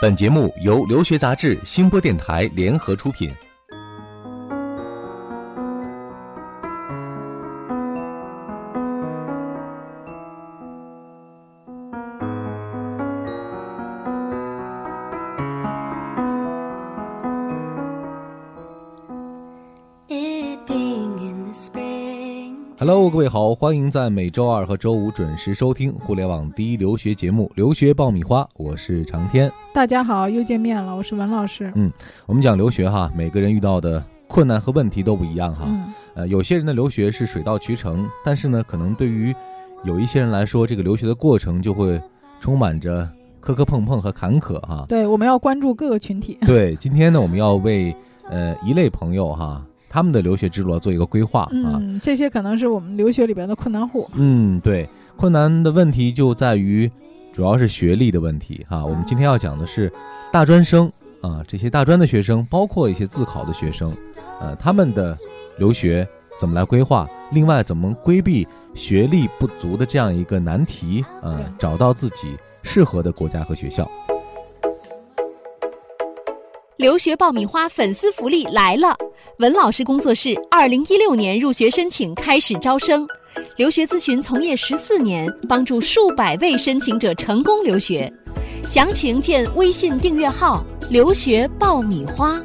本节目由留学杂志、新播电台联合出品。 It being in the spring. Hello，各位好，欢迎在每周二和周五准时收听互联网第一留学节目《留学爆米花》，我是长天。大家好，又见面了，我是文老师。我们讲留学哈，每个人遇到的困难和问题都不一样哈。嗯，呃，有些人的留学是水到渠成，但是呢，可能对于有一些人来说，这个留学的过程就会充满着磕磕碰碰和坎坷哈。对，我们要关注各个群体。对，今天呢，我们要为呃一类朋友哈，他们的留学之路啊做一个规划啊。嗯，这些可能是我们留学里边的困难户。嗯，对，困难的问题就在于主要是学历的问题哈。我们今天要讲的是大专生啊，这些大专的学生，包括一些自考的学生，呃，他们的留学怎么来规划？另外，怎么规避学历不足的这样一个难题啊对？找到自己适合的国家和学校。留学爆米花粉丝福利来了！文老师工作室二零一六年入学申请开始招生，留学咨询从业十四年，帮助数百位申请者成功留学。详情见微信订阅号“留学爆米花”。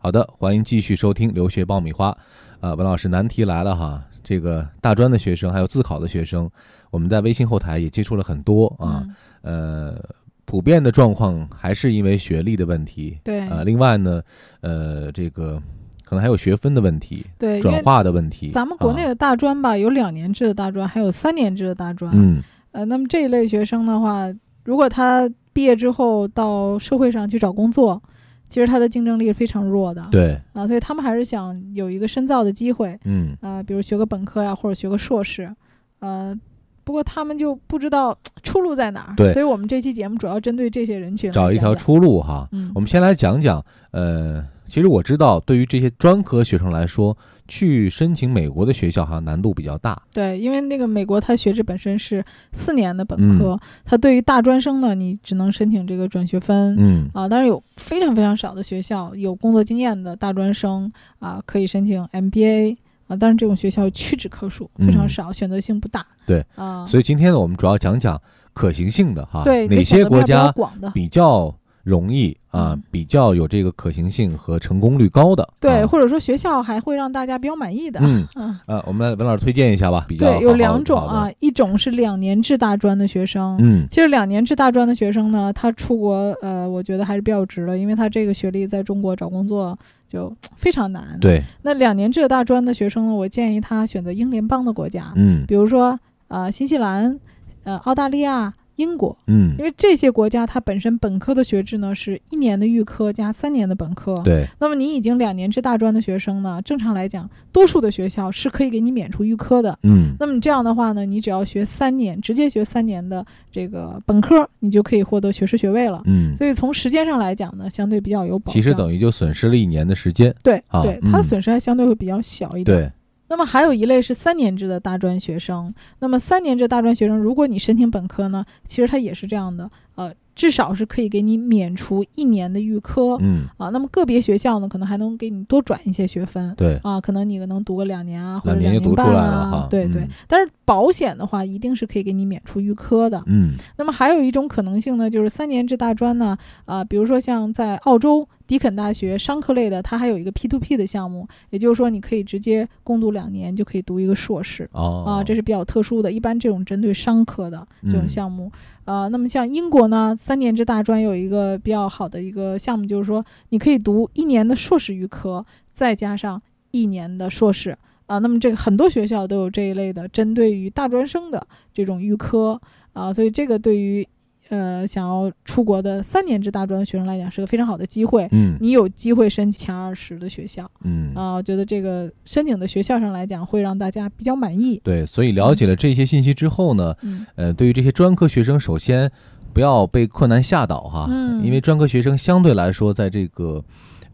好的，欢迎继续收听留学爆米花。呃，文老师，难题来了哈。这个大专的学生，还有自考的学生，我们在微信后台也接触了很多啊。嗯，呃，普遍的状况还是因为学历的问题。对呃，另外呢，呃，这个可能还有学分的问题、对，因转为化的问题。咱们国内啊、的大专吧，有两年制的大专，还有三年制的大专。嗯，呃，那么这一类学生的话，如果他毕业之后到社会上去找工作，其实他的竞争力是非常弱的。对，啊，所以他们还是想有一个深造的机会。嗯，啊，比如学个本科呀、或者学个硕士，呃，不过他们就不知道出路在哪儿。对所以我们这期节目主要针对这些人群来找一讲条讲，出路哈。嗯我，们先来讲讲，呃，其实我知道，对于这些专科学生来说，去申请美国的学校好像难度比较大。对，因为那个美国它学制本身是四年的嗯本科，它对于大专生呢，你只能申请这个转学分。嗯，啊，当然有非常非常少的学校有工作经验的大专生啊，可以申请 MBA 啊，但是这种学校屈指可数，非常嗯少，选择性不大。对啊，所以今天呢，我们主要讲讲可行性的哈，对哪些国家广的比较容易啊，嗯比较有这个可行性和成功率高的。对，啊或者说学校还会让大家比较满意的。嗯，嗯，呃，我们来文老师推荐一下吧，比较对，有好两啊种，好啊的，一种是两年制大专的学生。嗯其实两年制大专的学生呢，他出国，呃，我觉得还是比较值的，因为他这个学历在中国找工作就非常难。，对，那两年制大专的学生呢，我建议他选择英联邦的国家，嗯比如说呃新西兰、呃澳大利亚、英国，嗯因，为这些国家它本身本科的学制呢是一年的预科加三年的本科。对，那么你已经两年制大专的学生呢，正常来讲，多数的学校是可以给你免除预科的。嗯那么这样的话呢，你只要学三年，直接学三年的这个本科，你就可以获得学士学位了。嗯，所以从时间上来讲呢，相对比较有保障。其实等于就损失了一年的时间。对、啊对，嗯它损失还相对会比较小一点。对，那么还有一类是三年制的大专学生。那么三年制大专学生，如果你申请本科呢，其实它也是这样的，呃，至少是可以给你免除一年的预科。嗯啊，那么个别学校呢，可能还能给你多转一些学分对，啊，可能你能读个两年啊，或者两年就读年出半来了啊哈，，对对。嗯但是保险的话，一定是可以给你免除预科的。嗯那么还有一种可能性呢，就是三年制大专呢，啊，比如说像在澳洲迪肯大学商科类的，它还有一个 P to P 的项目，也就是说你可以直接攻读两年就可以读一个硕士。哦啊，这是比较特殊的，一般这种针对商科的这种嗯项目，呃，那么像英国呢，三年制大专有一个比较好的一个项目，就是说你可以读一年的硕士预科，再加上一年的硕士。啊，那么这个很多学校都有这一类的针对于大专生的这种预科啊，所以这个对于呃想要出国的三年制大专的学生来讲是个非常好的机会，嗯你有机会申请前二十的学校。嗯啊，我觉得这个申请的学校上来讲，会让大家比较满意。对，所以了解了这些信息之后呢，嗯，呃，对于这些专科学生，首先不要被困难吓倒哈，嗯因为专科学生相对来说在这个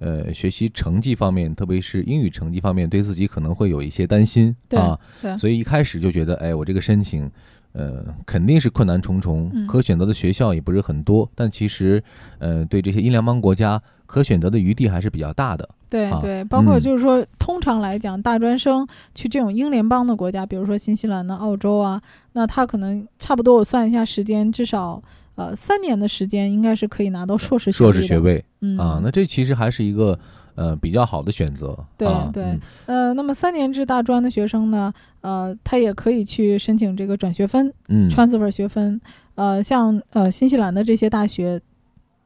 呃学习成绩方面，特别是英语成绩方面，对自己可能会有一些担心对啊，对所以一开始就觉得，哎，我这个申请，呃，肯定是困难重重，嗯可选择的学校也不是很多，但其实，呃，对这些英联邦国家可选择的余地还是比较大的。对啊对，包括嗯就是说，通常来讲，大专生去这种英联邦的国家，比如说新西兰呢、澳洲啊，那他可能差不多，我算一下时间，至少呃三年的时间，应该是可以拿到硕士硕学士历学的位嗯啊，那这其实还是一个呃比较好的选择。对啊对嗯呃，那么三年制大专的学生呢，呃，他也可以去申请这个转学分、嗯 transfer 学分。呃，像呃新西兰的这些大学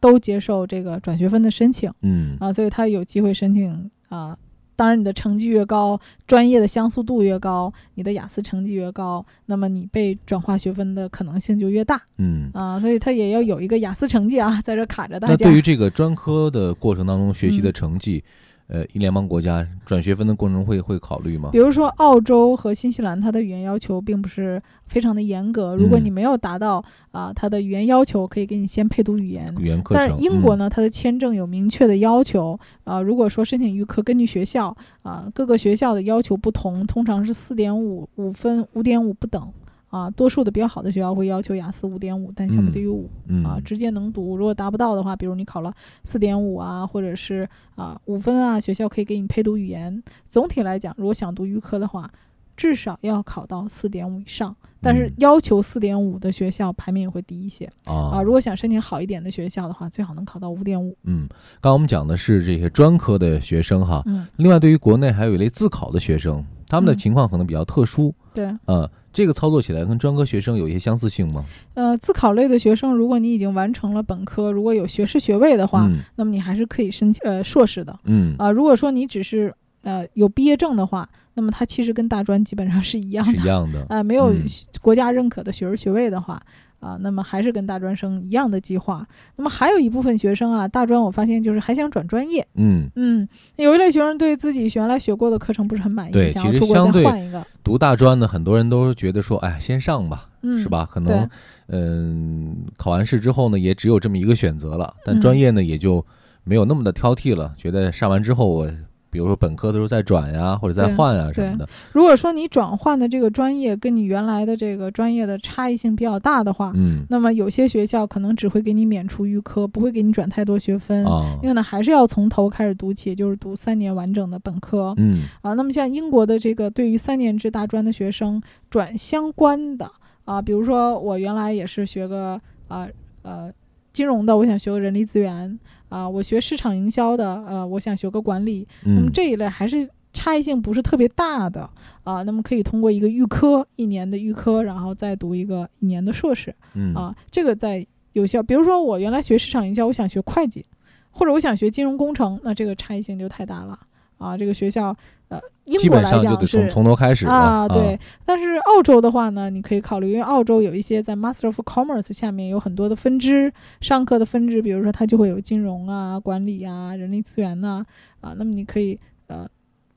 都接受这个转学分的申请嗯啊、所以他有机会申请啊、当然，你的成绩越高，专业的相似度越高，你的雅思成绩越高，那么你被转化学分的可能性就越大嗯。啊、所以他也要有一个雅思成绩啊，在这卡着大那家嗯对。于这个专科的过程当中学习的成绩，呃，英联邦国家转学分的过程会会考虑吗比？如说澳洲和新西兰，它的语言要求并不是非常的严格。如果嗯你没有达到啊、它的语言要求，可以给你先配读语言。语言课但程是。英国嗯？呢，它的签证有明确的要求啊、如果说申请预科，根据学校啊、各个学校的要求不同，通常是四点五、五分、五点五不等啊。多数的比较好的学校会要求雅思五点五，但项目嗯低于五、嗯啊，直接能读。如果达不到的话，比如你考了四点五啊，或者是啊五分啊，学校可以给你配读语言。总体来讲，如果想读预科的话，至少要考到四点五以上，但是嗯要求四点五的学校排名也会低一些、啊啊。如果想申请好一点的学校的话，最好能考到五点五。嗯，刚刚我们讲的是这些专科的学生哈，嗯，另外对于国内还有一类自考的学生，他们的嗯情况可能比较特殊，对，呃，这个操作起来跟专科学生有一些相似性吗？呃，自考类的学生，如果你已经完成了本科，如果有学士学位的话，嗯那么你还是可以申请呃硕士的。嗯，啊、如果说你只是呃有毕业证的话，那么它其实跟大专基本上是一样是的。一样的， 呃，没有嗯学国家认可的学士学位的话，啊、那么还是跟大专生一样的计划。那么还有一部分学生啊，大专我发现就是还想转专业，嗯，嗯，有一类学生对自己原来学过的课程不是很满对意，想要其实出国相再对换一个，读大专呢，很多人都觉得说，哎，先上吧，嗯，是？吧？可对能，嗯，考完试之后呢，也只有这么一个选择了，但嗯专业呢，也就没有那么的挑剔了，觉得上完之后我。比如说本科的时候再转呀，或者再对换啊什对么的，如果说你转换的这个专业跟你原来的这个专业的差异性比较大的话，嗯那么有些学校可能只会给你免除预科，不会给你转太多学分啊因，为呢还是要从头开始读起，就是读三年完整的本科、嗯啊。那么像英国的这个对于三年制大专的学生转相关的啊，比如说我原来也是学个啊呃金融的，我想学个人力资源啊，我学市场营销的，呃，我想学个管理，那么嗯，这一类还是差异性不是特别大的啊。那么可以通过一个预科一年的预科，然后再读一个一年的硕士。嗯啊，这个在有效。比如说我原来学市场营销，我想学会计，或者我想学金融工程，那这个差异性就太大了啊。这个学校，呃，英基国本来上就讲得是从从头开始了啊，对。但是澳洲的话呢，你可以考虑，因为澳洲有一些在 Master of Commerce 下面有很多的分支，上课的分支，比如说它就会有金融啊、管理啊、人力资源呐啊那么你可以呃，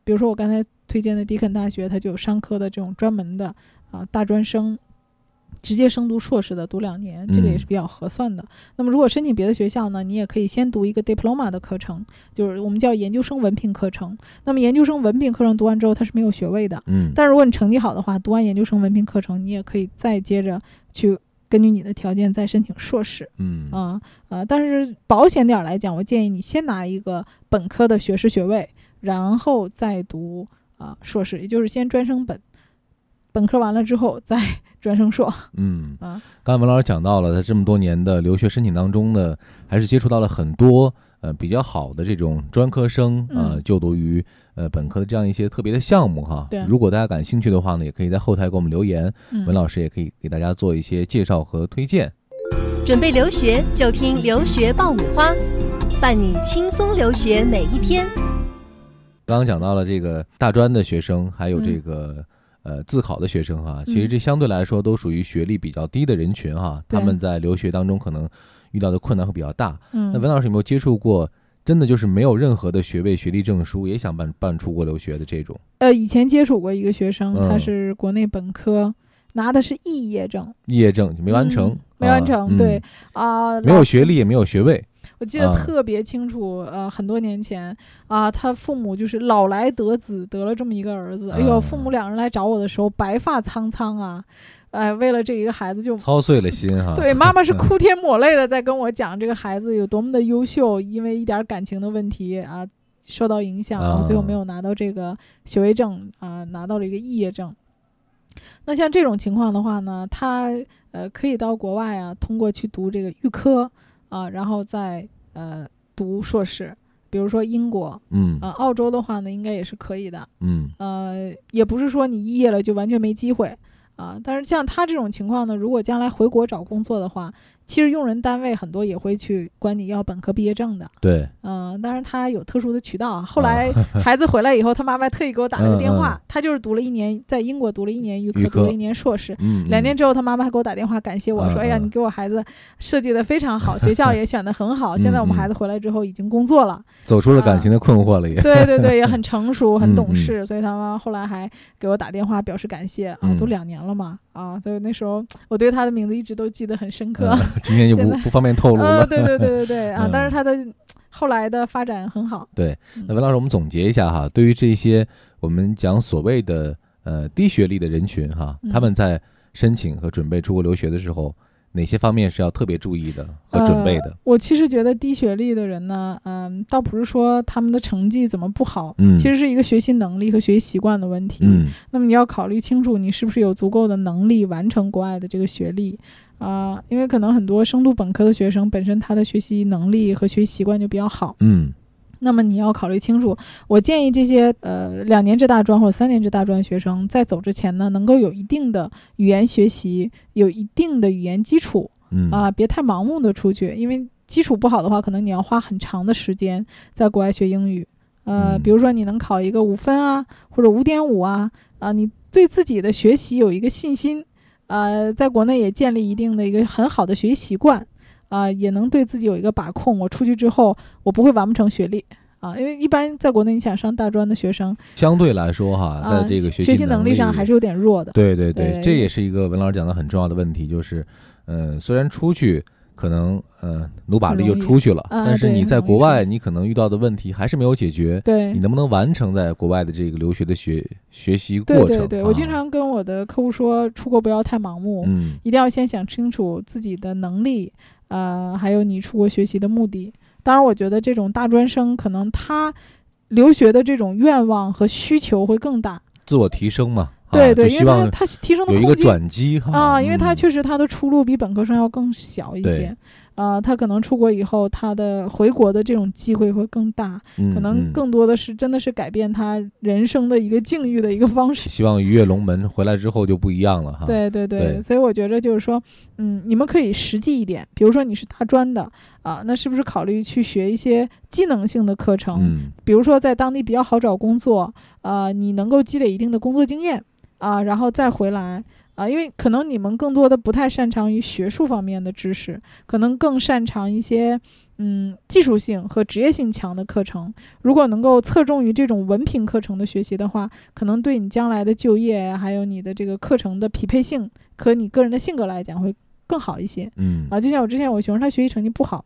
比如说我刚才推荐的迪肯大学，它就有商科的这种专门的啊大专生。直接升读硕士的，读两年，这个也嗯是比较合算的。那么，如果申请别的学校呢，你也可以先读一个 diploma 的课程，就是我们叫研究生文凭课程。那么，研究生文凭课程读完之后，它是没有学位的，嗯，但如果你成绩好的话，读完研究生文凭课程，你也可以再接着去根据你的条件再申请硕士嗯啊啊！但是保险点儿来讲，我建议你先拿一个本科的学士学位，然后再读啊硕士，也就是先专升本，本科完了之后再 专升硕嗯，啊。刚才文老师讲到了，在这么多年的留学申请当中呢，还是接触到了很多呃比较好的这种专科生呃嗯就读于呃本科的这样一些特别的项目哈。对如果大家感兴趣的话呢，也可以在后台给我们留言，嗯，文老师也可以给大家做一些介绍和推荐。准备留学就听留学爆米花，伴你轻松留学每一天。刚刚讲到了这个大专的学生，还有嗯这个、呃自考的学生哈，其实这相对来说都属于学历比较低的人群哈，对他们在留学当中可能遇到的困难会比较大。那文嗯，老师有没有接触过真的就是没有任何的学位、学历证书，也想办办出国留学的这种？呃，以前接触过一个学生，他嗯是国内本科，拿的是肄业证，毕业证就没完成，嗯没完成，啊对嗯啊，没有学历也没有学位，我记得啊特别清楚，呃，很多年前啊，他父母就是老来得子，得了这么一个儿子。哎啊呦，父母两人来找我的时候，白发苍苍啊，哎，为了这一个孩子就操碎了心哈。对，妈妈是哭天抹泪的在跟我讲这个孩子有多么的优秀，因为一点感情的问题啊受到影响，然后最后没有拿到这个学位证啊，拿到了一个肄业证。那像这种情况的话呢，他呃可以到国外啊，通过去读这个预科啊，然后再呃读硕士，比如说英国嗯啊、澳洲的话呢，应该也是可以的。嗯呃，也不是说你肄业了就完全没机会啊。但是像他这种情况呢，如果将来回国找工作的话，其实用人单位很多也会去管你要本科毕业证的。 对，嗯、但是他有特殊的渠道啊。后来孩子回来以后，他妈妈特意给我打了个电哦嗯话，他就是读了一年，在英国读了一年预科，预科读了一年硕士。嗯两年之后，他妈妈还给我打电话感谢我说：“嗯哎呀，嗯你给我孩子设计的非常好，学校也选的 很好。现在我们嗯嗯孩子回来之后已经工作了，走出了感情的困惑了 也。对对对，也很成熟，很嗯嗯懂事，所以他妈后来还给我打电话表示感谢啊嗯，都两年了嘛啊，所以那时候我对他的名字一直都记得很深刻 嗯。今天就不现在不方便透露呃，了。对对对对对啊 嗯，但是他的后来的发展很好。那文老师，我们总结一下哈，对于这些我们讲所谓的呃低学历的人群哈，嗯他们在申请和准备出国留学的时候，哪些方面是要特别注意的和准备的？我其实觉得低学历的人呢，嗯，倒不是说他们的成绩怎么不好，嗯其实是一个学习能力和学习习惯的问题。嗯那么你要考虑清楚，你是不是有足够的能力完成国外的这个学历啊、因为可能很多升读本科的学生本身他的学习能力和学习习惯就比较好，嗯那么你要考虑清楚。我建议这些呃两年制大专或者三年制大专学生在走之前呢，能够有一定的语言学习，有一定的语言基础嗯啊、别太盲目的出去，因为基础不好的话，可能你要花很长的时间在国外学英语。呃，嗯比如说你能考一个五分啊，或者五点五啊，啊、你对自己的学习有一个信心，呃，在国内也建立一定的一个很好的学习习惯，啊、也能对自己有一个把控。我出去之后，我不会完不成学历啊、因为一般在国内你想上大专的学生，相对来说哈，啊、在这个学习习能力上还是有点弱的。对对对，对这也是一个文老师讲的很重要的问题，就是，嗯、虽然出去可能，嗯、努把力就很容易出去了，啊但是对你很在容易国出外，你可能遇到的问题还是没有解决，对你，能不能完成在国外的这个留学的学学习过对程？对对，我经啊，常跟我的客户说，出国不要太盲目，嗯一定要先想清楚自己的能力，呃，还有你出国学习的目的。当然，我觉得这种大专生可能他留学的这种愿望和需求会更大，自我提升嘛，啊对对，就因希为他望他提升的有一空个间转机哈啊、因为他嗯确实他的出路比本科生要更小一对些，啊，他可能出国以后他的回国的这种机会会更大，嗯可能嗯更多的是真的是改变他人生的一个境遇的一个方式。希望鱼跃龙门，回来之后就不一样了哈。，对对对，对所以我觉着就是说，嗯，你们可以实际一点，比如说你是大专的啊，那是不是考虑去学一些技能性的课程？嗯比如说在当地比较好找工作，呃，你能够积累一定的工作经验啊，然后再回来啊，因为可能你们更多的不太擅长于学术方面的知识，可能更擅长一些嗯技术性和职业性强的课程。如果能够侧重于这种文凭课程的学习的话，可能对你将来的就业啊还有你的这个课程的匹配性和你个人的性格来讲会更好一些嗯啊。就像我之前我学生，他学习成绩不好，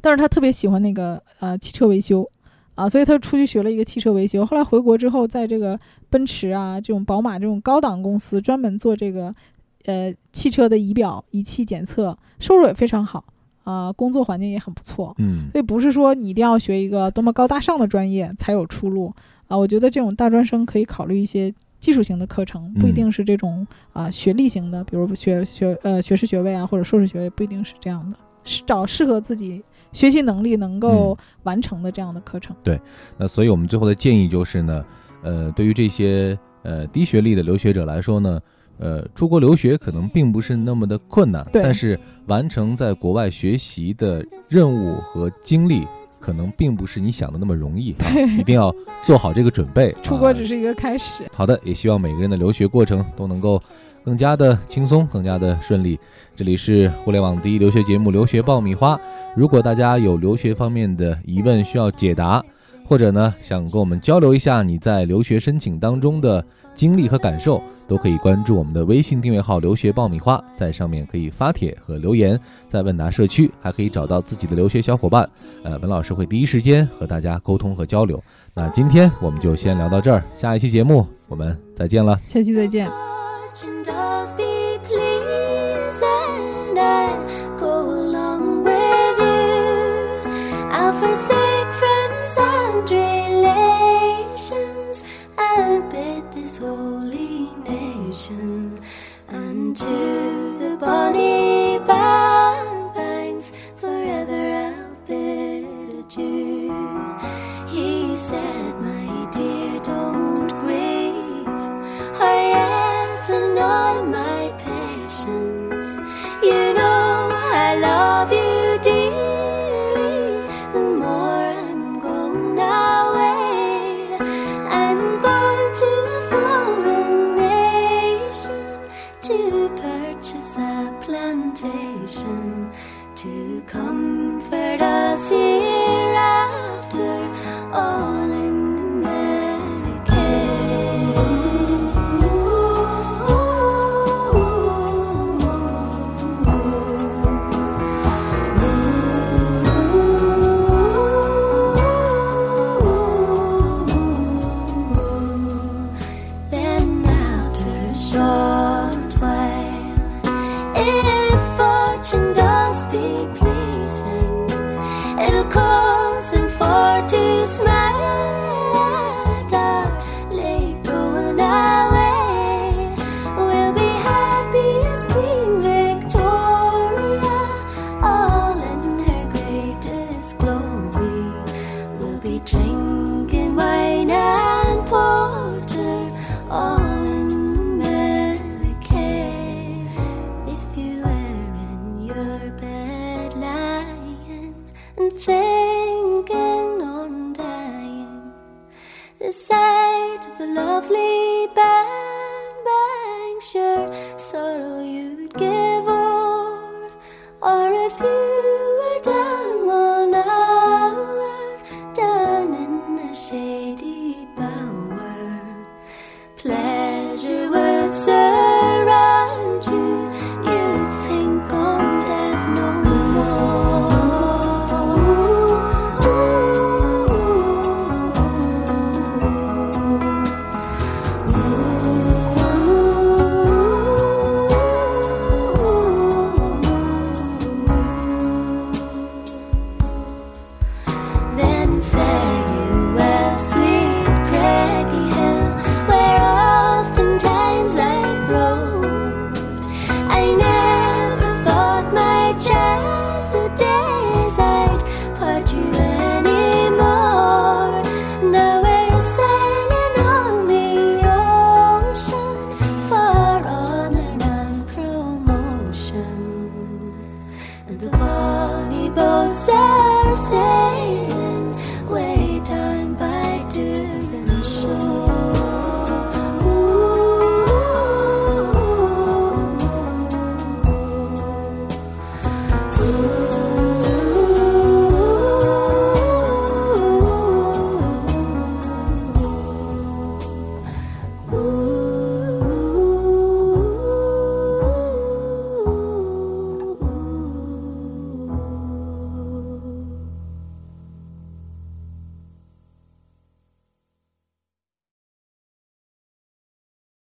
但是他特别喜欢那个呃汽车维修啊，所以他出去学了一个汽车维修。后来回国之后，在这个奔驰啊、这种宝马这种高档公司专门做这个呃汽车的仪表仪器检测，收入也非常好啊，工作环境也很不错。嗯所以不是说你一定要学一个多么高大上的专业才有出路啊。我觉得这种大专生可以考虑一些技术型的课程，不一嗯定是这种啊、学历型的，比如学学呃学士学位啊或者硕士学位，不一定是这样的，是找适合自己学习能力能嗯够完成的这样的课程。那所以我们最后的建议就是呢，呃，对于这些呃低学历的留学者来说呢，呃，出国留学可能并不是那么的困难，对但是完成在国外学习的任务和经历，可能并不是你想的那么容易啊，一定要做好这个准备。 出国啊只是一个开始，好的，也希望每个人的留学过程都能够更加的轻松，更加的顺利。这里是互联网第一留学节目《留学爆米花》，如果大家有留学方面的疑问需要解答，或者呢想跟我们交流一下你在留学申请当中的经历和感受，都可以关注我们的微信订阅号“留学爆米花”，在上面可以发帖和留言，在问答社区还可以找到自己的留学小伙伴，呃，文老师会第一时间和大家沟通和交流。那今天我们就先聊到这儿，下一期节目我们再见了。下期再见。 Fortune does be pleased, and I'll go along with you. I'll forsake friends and relations, and bid this holy nation unto the bonny band bangs. Forever I'll bid adieu. He said, "My dear, don't grieve." Hurry yet annoy my patience. You know I love you dearly. The more I'm going away, I'm going to a foreign nation to purchase a plantation to comfort us hereafter. All in America. Then after a short while.